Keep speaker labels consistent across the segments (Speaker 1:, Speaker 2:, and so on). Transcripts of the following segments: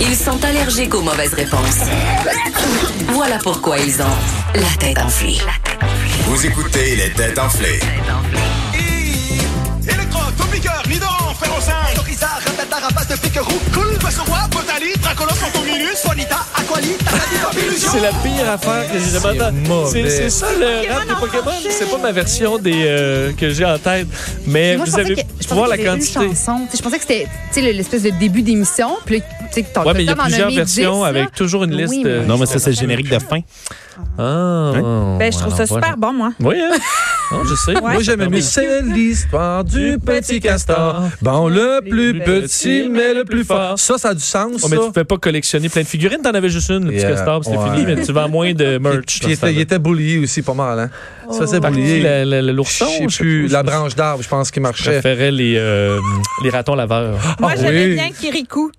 Speaker 1: Ils sont allergiques aux mauvaises réponses. Voilà pourquoi ils ont la tête enflée.
Speaker 2: Vous écoutez les têtes enflées.
Speaker 3: Electro, Topiqueur, Nidoran, Ferrocin, Dorizar, Ratatara, Rapace de Pique, Roux, Cool, Passoa, Potali, Dracolos, Antominus, Bonita, Aquali, Taradi, Illusion.
Speaker 4: C'est la pire affaire que j'ai jamais entendue.
Speaker 5: mauvais.
Speaker 4: C'est- C'est ça le rap des Pokémon. C'est pas ma version des euh, que j'ai en tête, mais
Speaker 6: Moi, je
Speaker 4: vous
Speaker 6: pensais
Speaker 4: avez
Speaker 6: que,
Speaker 4: pu
Speaker 6: je pensais
Speaker 4: voir la
Speaker 6: qu'il y avait une
Speaker 4: quantité.
Speaker 6: chanson. Tu sais, Je pensais que c'était tu sais, le- l'espèce de début d'émission. Puis là, tu sais, que t'en-
Speaker 4: Ouais, mais il y a
Speaker 6: t'en as
Speaker 4: plusieurs
Speaker 6: nommé
Speaker 4: versions
Speaker 6: 10, là.
Speaker 4: avec toujours une
Speaker 6: Oui,
Speaker 4: liste.
Speaker 6: mais-
Speaker 4: euh,
Speaker 7: Non, mais Hein? ça, c'est le générique de fin.
Speaker 4: Ah,
Speaker 5: Ben, je trouve ça
Speaker 4: alors voilà.
Speaker 5: super bon, moi.
Speaker 4: Oui, hein? Non, je sais.
Speaker 5: Moi,
Speaker 4: j'aime
Speaker 7: c'est l'histoire
Speaker 4: du petit castor.
Speaker 7: Bon, le
Speaker 4: plus petit, mais le plus fort.
Speaker 7: Ça, ça a du sens,
Speaker 4: Oh, mais tu ne fais pas collectionner plein de figurines, t'en avais juste une, le petit
Speaker 7: Yeah,
Speaker 4: castor, puis c'était
Speaker 7: ouais.
Speaker 4: fini, mais tu vends moins de merch.
Speaker 7: Puis il était, il était boulié aussi, pas mal. Hein? Ça,
Speaker 5: Oh.
Speaker 7: c'est
Speaker 4: Parti,
Speaker 7: boulié.
Speaker 4: la- la- la- l'ourson,
Speaker 7: Je sais
Speaker 4: je sais
Speaker 7: plus,
Speaker 4: plus,
Speaker 7: la
Speaker 4: je sais-
Speaker 7: branche d'arbre, je pense, qui
Speaker 4: Je
Speaker 7: marchait.
Speaker 4: préférais les, euh, les ratons laveurs.
Speaker 5: Moi,
Speaker 7: Ah
Speaker 5: j'aimais
Speaker 7: oui.
Speaker 5: bien Kirikou.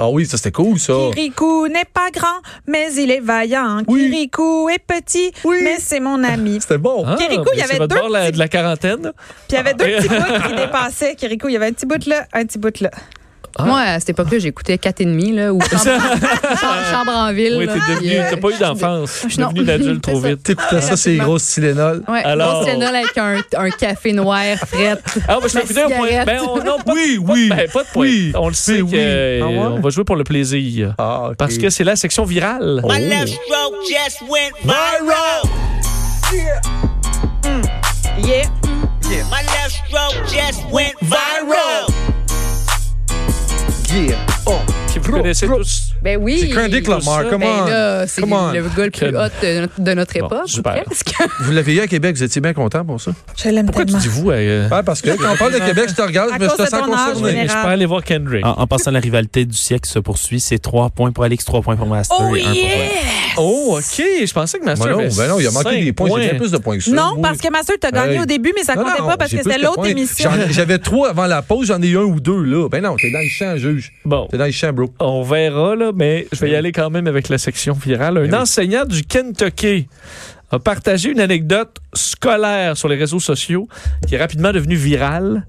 Speaker 7: Ah oui, ça, c'était cool, ça.
Speaker 5: Kirikou n'est pas grand, mais il est vaillant.
Speaker 7: Oui.
Speaker 5: Kirikou est petit,
Speaker 7: Oui.
Speaker 5: mais c'est mon ami.
Speaker 7: C'était bon.
Speaker 4: Ah,
Speaker 5: Kirikou,
Speaker 4: mais
Speaker 5: il y
Speaker 4: c'est
Speaker 5: avait
Speaker 4: votre
Speaker 5: deux
Speaker 4: bord, la-
Speaker 5: petits-
Speaker 4: de la quarantaine.
Speaker 5: Puis il y avait deux
Speaker 7: Ah.
Speaker 5: petits bouts qui dépassaient Kirikou. Il y avait un petit bout là, un petit bout là.
Speaker 4: Ah.
Speaker 6: Moi, à cette époque-là, j'écoutais 4,5 là, ou chambre, Chambre- Chambre en ville.
Speaker 5: Ah,
Speaker 4: Oui, t'es
Speaker 6: là.
Speaker 4: devenu,
Speaker 6: Puis, euh,
Speaker 4: t'as pas eu d'enfance. T'es
Speaker 6: Non.
Speaker 4: devenu d'adulte trop
Speaker 6: C'est ça.
Speaker 4: vite.
Speaker 7: T'écoutais
Speaker 5: Ah,
Speaker 7: ça, c'est les grosses Tylenol.
Speaker 6: Ouais,
Speaker 4: Alors-
Speaker 6: Alors... avec un, un café noir frette.
Speaker 4: Ah, ben, je
Speaker 6: Ma
Speaker 4: t'ai écouté un point.
Speaker 6: cigarette.
Speaker 4: Ben, on, non, pas,
Speaker 7: Oui,
Speaker 4: pas-
Speaker 7: oui.
Speaker 4: ben, pas de point.
Speaker 7: Oui.
Speaker 4: on le sait
Speaker 7: Oui,
Speaker 4: que,
Speaker 7: oui.
Speaker 4: euh,
Speaker 7: Ah ouais?
Speaker 4: on va jouer pour le plaisir.
Speaker 7: Ah, ok. Oh.
Speaker 4: Parce que c'est la section virale.
Speaker 8: My left stroke just went viral.
Speaker 5: Yeah.
Speaker 8: My left stroke just went viral.
Speaker 7: Yeah. Oh.
Speaker 4: Que vous connaissez tous.
Speaker 6: Ben oui.
Speaker 7: C'est Crandick Lamar, come
Speaker 6: Ben là,
Speaker 7: on.
Speaker 6: c'est
Speaker 7: Come on.
Speaker 6: le, le gars le plus
Speaker 4: Quel-
Speaker 6: hot de notre, de notre
Speaker 4: Bon,
Speaker 6: époque.
Speaker 4: super. Hein?
Speaker 6: presque.
Speaker 7: Vous l'avez eu à Québec, vous étiez bien content pour ça?
Speaker 5: Je l'aime
Speaker 4: Pourquoi tu
Speaker 5: tellement.
Speaker 4: dis vous? euh,
Speaker 7: Ah, parce que quand on parle de Québec, je te regarde,
Speaker 5: À
Speaker 7: mais je
Speaker 5: cause
Speaker 7: te
Speaker 5: de
Speaker 7: sens
Speaker 5: ton âge,
Speaker 4: Je
Speaker 7: concerné.
Speaker 5: Vénérable.
Speaker 4: peux aller voir Kendrick.
Speaker 7: Ah.
Speaker 9: En, en passant, la rivalité du siècle se poursuit. C'est 3 points pour Alex, 3 points pour Master
Speaker 5: Oh
Speaker 9: et 1 pour toi.
Speaker 5: yeah!
Speaker 4: Oh, OK. Je pensais que Master
Speaker 7: Ben non,
Speaker 4: avait
Speaker 7: ben non, il a manqué
Speaker 4: cinq
Speaker 7: des points. J'ai bien plus de points que ça.
Speaker 5: Non,
Speaker 7: Oui.
Speaker 5: parce que ma soeur t'a gagné
Speaker 7: Hey.
Speaker 5: au début, mais ça
Speaker 7: Non,
Speaker 5: comptait
Speaker 7: non,
Speaker 5: pas parce
Speaker 7: j'ai
Speaker 5: que
Speaker 7: plus
Speaker 5: c'était
Speaker 7: de
Speaker 5: l'autre
Speaker 7: points.
Speaker 5: émission.
Speaker 7: J'en- J'avais trois avant la pause, j'en ai un ou deux, là. Ben non, t'es dans le champ, juge.
Speaker 4: Bon.
Speaker 7: T'es dans le champ, bro.
Speaker 4: On verra, là, mais je vais y aller quand même avec la section virale. Un
Speaker 7: oui.
Speaker 4: enseignant du Kentucky a partagé une anecdote scolaire sur les réseaux sociaux qui est rapidement devenue virale.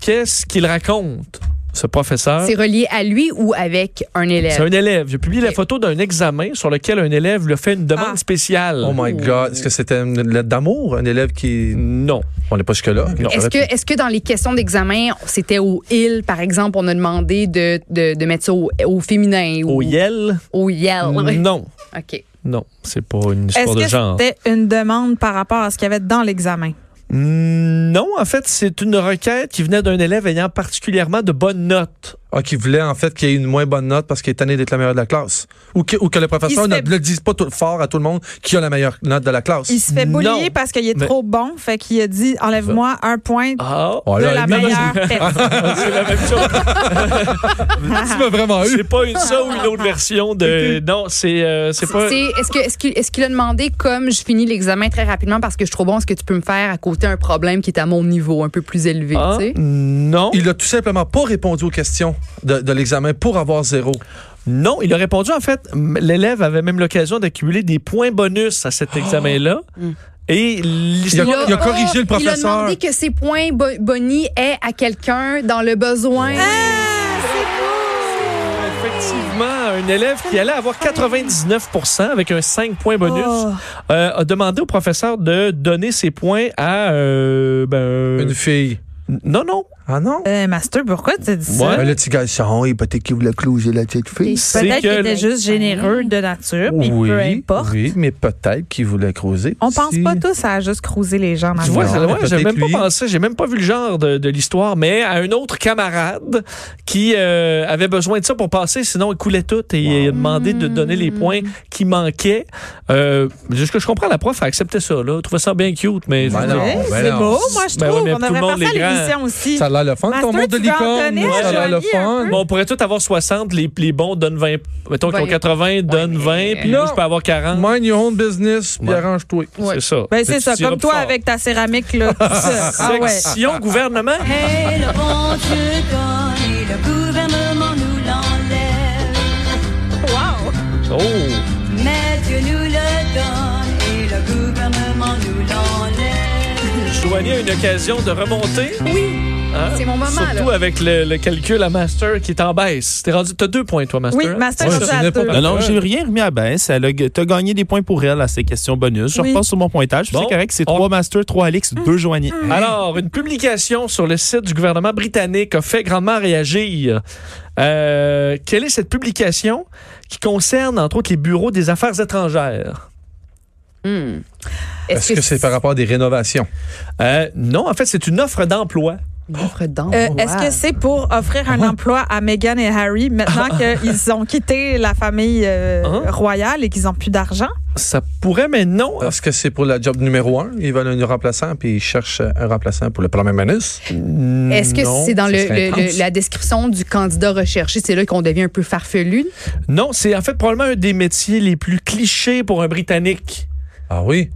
Speaker 4: Qu'est-ce qu'il raconte, ce professeur?
Speaker 6: C'est relié à lui ou avec un
Speaker 4: C'est
Speaker 6: élève?
Speaker 4: un élève. J'ai publié la photo d'un examen sur lequel un élève lui a fait une demande
Speaker 5: Ah.
Speaker 4: spéciale.
Speaker 7: Oh my God. Est-ce que c'était une lettre d'amour? Un élève qui.
Speaker 4: Non.
Speaker 7: On n'est pas jusque-là.
Speaker 4: Non.
Speaker 6: Est-ce que, est que dans les questions d'examen, c'était au il, par exemple, on a demandé de, de, de mettre ça au, au féminin ou
Speaker 4: Au Yel?
Speaker 6: au yell?
Speaker 4: Non.
Speaker 6: OK.
Speaker 4: Non, c'est pas une
Speaker 5: Ah, Est-ce
Speaker 4: histoire de
Speaker 5: que
Speaker 4: genre.
Speaker 5: c'était une demande par rapport à ce qu'il y avait dans l'examen?
Speaker 4: Non, en fait, c'est une requête qui venait d'un élève ayant particulièrement de bonnes notes.
Speaker 7: Ah, qui voulait, en fait, qu'il y ait une moins bonne note parce qu'il est tanné d'être la meilleure de la classe. Ou que, ou que le professeur
Speaker 5: Il
Speaker 7: ne
Speaker 5: se fait-
Speaker 7: le dise pas tout fort à tout le monde qui a la meilleure note de la classe.
Speaker 5: Il se fait
Speaker 4: Non.
Speaker 5: boulier parce qu'il est
Speaker 4: Mais-
Speaker 5: trop bon, fait qu'il a dit enlève-moi un point
Speaker 4: Ah,
Speaker 7: Oh,
Speaker 5: de
Speaker 7: là,
Speaker 5: la
Speaker 7: lui,
Speaker 5: meilleure personne.
Speaker 4: c'est la même chose.
Speaker 7: Tu m'as vraiment eu.
Speaker 4: C'est pas une ça ou une autre version de. Non, c'est euh, c'est pas.
Speaker 6: C'est- Est-ce que- est-ce qu'il est-ce qu'il a demandé, comme je finis l'examen très rapidement parce que je suis trop bon, est-ce que tu peux me faire à côté un problème qui est à mon niveau, un peu plus élevé?
Speaker 4: Ah,
Speaker 6: tu sais?
Speaker 4: non.
Speaker 7: Il a tout simplement pas répondu aux questions de, de l'examen pour avoir zéro.
Speaker 4: Non, il a répondu en fait. m- L'élève avait même l'occasion d'accumuler des points bonus à cet examen-là. Et
Speaker 7: Il a,
Speaker 4: l'histoire.
Speaker 7: il a corrigé le
Speaker 6: Il a
Speaker 7: professeur.
Speaker 6: demandé que ses points bo- Bonnie aient à quelqu'un dans le besoin.
Speaker 4: Effectivement, un élève qui allait avoir 99 avec un 5 points bonus euh, a demandé au professeur de donner ses points à. euh, ben,
Speaker 7: Une fille.
Speaker 4: Non, non.
Speaker 7: Ah non?
Speaker 5: Euh, Master, pourquoi tu as dit ça?
Speaker 4: Ouais.
Speaker 7: Ben, le petit garçon, il peut-être qu'il voulait closer la petite fille.
Speaker 4: C'est
Speaker 5: Peut-être qu'il
Speaker 4: que.
Speaker 5: était juste généreux de nature, puis peu importe.
Speaker 7: oui, mais peut-être qu'il voulait creuser.
Speaker 5: On pense pas tous à juste cruiser les gens.
Speaker 4: Tu
Speaker 5: Master.
Speaker 4: vois,
Speaker 7: Non,
Speaker 4: ça- ouais,
Speaker 7: peut-être
Speaker 4: j'ai même pas
Speaker 7: lui.
Speaker 4: pensé, j'ai même pas vu le genre de, de l'histoire, mais à un autre camarade qui euh, avait besoin de ça pour passer, sinon il coulait tout et il a demandé de donner les points qui manquaient. Euh, jusque je comprends, la prof a accepté ça, là. Elle trouvait ça bien cute, mais je
Speaker 7: Ben
Speaker 4: veux dire,
Speaker 7: non.
Speaker 5: Eh,
Speaker 7: ben
Speaker 5: c'est
Speaker 7: non.
Speaker 5: beau, moi, je
Speaker 4: Ben
Speaker 5: trouve.
Speaker 4: oui, mais
Speaker 5: On
Speaker 4: tout le
Speaker 5: devrait
Speaker 4: monde
Speaker 5: faire ça à
Speaker 4: est grand.
Speaker 5: l'émission aussi.
Speaker 7: Ça a l'air le fun,
Speaker 5: Master,
Speaker 7: ton monde de
Speaker 5: tu veux en
Speaker 7: licorne.
Speaker 5: donner
Speaker 7: Ouais,
Speaker 5: à
Speaker 7: Ça a l'air le
Speaker 5: Joanie un
Speaker 7: fun.
Speaker 5: peu?
Speaker 4: Bon, on pourrait tous avoir 60, les, les bons donnent 20. Mettons qu'ils ont
Speaker 6: Ouais.
Speaker 4: 80, donnent 20, puis
Speaker 7: Non.
Speaker 4: moi je peux avoir 40.
Speaker 7: Mind your own business, puis
Speaker 4: Ouais.
Speaker 7: arrange-toi.
Speaker 6: Ouais.
Speaker 4: C'est ça.
Speaker 5: Ben,
Speaker 4: Mais
Speaker 5: c'est
Speaker 4: tu
Speaker 5: ça,
Speaker 4: tireras
Speaker 5: comme
Speaker 4: plus
Speaker 5: toi
Speaker 4: fort.
Speaker 5: avec ta céramique, là. ah ouais.
Speaker 4: Section gouvernement.
Speaker 10: Et le bon Dieu donne et le gouvernement nous l'enlève.
Speaker 4: Oh!
Speaker 10: Mais Dieu nous le donne et le gouvernement nous l'enlève.
Speaker 4: Joanie a une occasion de remonter. Oui. hein?
Speaker 6: C'est mon moment,
Speaker 4: Surtout
Speaker 6: là.
Speaker 4: avec le, le calcul à Master qui est en baisse. T'es rendu, t'as deux points, toi, Master. hein?
Speaker 5: Oui, Master
Speaker 4: Ouais,
Speaker 5: rendu
Speaker 4: ça,
Speaker 5: à
Speaker 4: c'est n'importe
Speaker 5: deux.
Speaker 4: quoi.
Speaker 9: Non, non, j'ai rien remis à baisse. Elle a g- T'as gagné des points pour elle à ces questions bonus. Je
Speaker 5: Oui.
Speaker 9: repasse sur mon pointage.
Speaker 4: Bon.
Speaker 9: C'est correct, c'est
Speaker 4: On-
Speaker 9: trois masters, trois Alix, deux Joanie.
Speaker 4: Alors, une publication sur le site du gouvernement britannique a fait grandement réagir. Euh, quelle est cette publication qui concerne, entre autres, les bureaux des affaires étrangères?
Speaker 6: Hmm.
Speaker 7: Est-ce que c'est par rapport à des rénovations?
Speaker 4: Euh, non, en fait, c'est une offre d'emploi.
Speaker 6: une offre d'emploi?
Speaker 5: Euh, Est-ce que c'est pour offrir
Speaker 4: Ah
Speaker 5: un emploi à Meghan et Harry maintenant qu'ils ont quitté la famille euh,
Speaker 4: Ah.
Speaker 5: royale et qu'ils n'ont plus d'argent?
Speaker 4: Ça pourrait, mais non.
Speaker 7: Est-ce que c'est pour la job numéro un? Ils veulent un remplaçant, puis ils cherchent un remplaçant pour le premier ministre.
Speaker 6: Est-ce que
Speaker 4: Euh, Non,
Speaker 6: c'est dans
Speaker 7: ce
Speaker 6: le,
Speaker 7: serait
Speaker 6: le-
Speaker 7: intense.
Speaker 6: le- la description du candidat recherché, c'est là qu'on devient un peu farfelu?
Speaker 4: Non, c'est en fait probablement un des métiers les plus clichés pour un Britannique.
Speaker 7: Ah oui?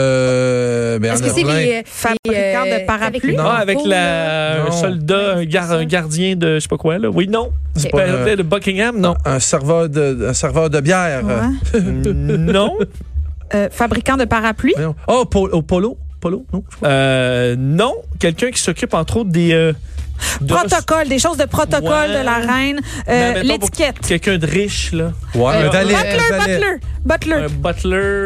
Speaker 7: Euh, ben,
Speaker 6: Est-ce que
Speaker 7: il y en a
Speaker 6: c'est
Speaker 7: plein.
Speaker 6: les euh,
Speaker 5: Fabricant de parapluies?
Speaker 7: Non.
Speaker 4: Ah, avec
Speaker 5: Oh.
Speaker 4: la,
Speaker 7: Non.
Speaker 4: un soldat, un, gar- un gardien de je sais pas quoi, là. Oui, non. C'est pas
Speaker 7: euh,
Speaker 4: de Buckingham, non.
Speaker 7: Un serveur de, un serveur de bière.
Speaker 5: Ouais.
Speaker 4: non.
Speaker 5: Euh, fabricant de parapluies?
Speaker 7: Voyons. Oh, po- au polo? Polo? Non, je crois.
Speaker 4: Euh, non. Quelqu'un qui s'occupe, entre autres, des. euh, de-
Speaker 5: Protocole, des choses de protocole
Speaker 4: Ouais.
Speaker 5: de la reine,
Speaker 4: Mais
Speaker 5: euh,
Speaker 4: mettons pour
Speaker 5: l'étiquette.
Speaker 4: Quelqu'un de riche, là.
Speaker 7: Ouais,
Speaker 4: Euh,
Speaker 7: un valet.
Speaker 6: butler,
Speaker 7: un valet.
Speaker 5: Butler, butler.
Speaker 4: Un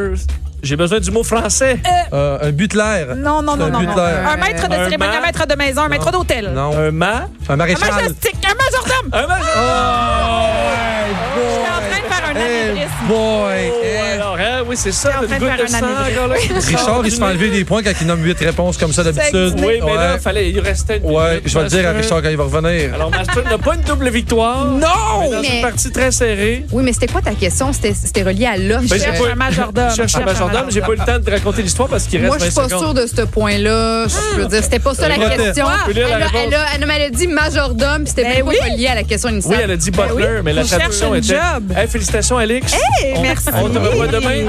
Speaker 4: butler. J'ai besoin du mot français.
Speaker 7: Euh, un butler.
Speaker 5: Non, non, non,
Speaker 7: un
Speaker 5: non. non.
Speaker 7: butler.
Speaker 5: Un maître de
Speaker 4: Un
Speaker 5: cérémonie, un
Speaker 4: ma-
Speaker 5: maître de maison, un maître d'hôtel.
Speaker 7: Non.
Speaker 4: Un ma.
Speaker 7: Un
Speaker 5: Un
Speaker 7: maréchal.
Speaker 5: majestique, un majordome.
Speaker 4: Un ma.
Speaker 5: Oh,
Speaker 4: Ah,
Speaker 5: Je suis en train de faire un anévrisme.
Speaker 7: boy!
Speaker 4: Oh,
Speaker 7: Eh.
Speaker 4: alors, hein, oui, c'est ça,
Speaker 5: en
Speaker 4: notre
Speaker 5: train de
Speaker 4: goutte de
Speaker 5: faire un
Speaker 4: sang,
Speaker 5: anévrisme.
Speaker 4: encore, là, qui sort
Speaker 7: Richard, il
Speaker 4: du
Speaker 7: se fait
Speaker 4: nez.
Speaker 7: enlever des points quand il nomme huit réponses comme ça d'habitude.
Speaker 4: Oui, mais là,
Speaker 7: Ouais.
Speaker 4: fallait, il restait une
Speaker 7: Ouais,
Speaker 4: minute,
Speaker 7: je vais le dire à
Speaker 4: Master.
Speaker 7: Richard quand il va revenir.
Speaker 4: Alors, Master n'a pas une double victoire.
Speaker 7: Non!
Speaker 4: Dans une
Speaker 6: Mais-
Speaker 4: partie très serrée.
Speaker 6: Oui, mais c'était quoi ta question? C'était- C'était relié à l'offre.
Speaker 4: Ben, j'ai
Speaker 5: Cherche
Speaker 4: pas-
Speaker 5: un majordome.
Speaker 4: Je cherche un majordome, j'ai pas eu le temps de te raconter l'histoire parce qu'il reste
Speaker 6: Moi, je
Speaker 4: 20
Speaker 6: suis pas
Speaker 4: secondes.
Speaker 6: sûre de ce point-là.
Speaker 5: Ah.
Speaker 6: Je veux dire, c'était pas ça la
Speaker 7: Peut-être.
Speaker 6: question.
Speaker 4: On peut
Speaker 6: Elle
Speaker 4: lire la
Speaker 6: a,
Speaker 4: réponse.
Speaker 6: elle a- elle m'a- elle a dit majordome, puis c'était
Speaker 5: Ben
Speaker 6: même pas
Speaker 5: oui.
Speaker 6: relié à la question
Speaker 4: Oui,
Speaker 6: initiale.
Speaker 4: elle a dit butler, mais la
Speaker 5: on cherche
Speaker 4: traduction
Speaker 5: une
Speaker 4: était.
Speaker 5: job.
Speaker 4: Hey, félicitations, Alex.
Speaker 5: Hey,
Speaker 4: on,
Speaker 5: merci.
Speaker 4: On te revoit demain,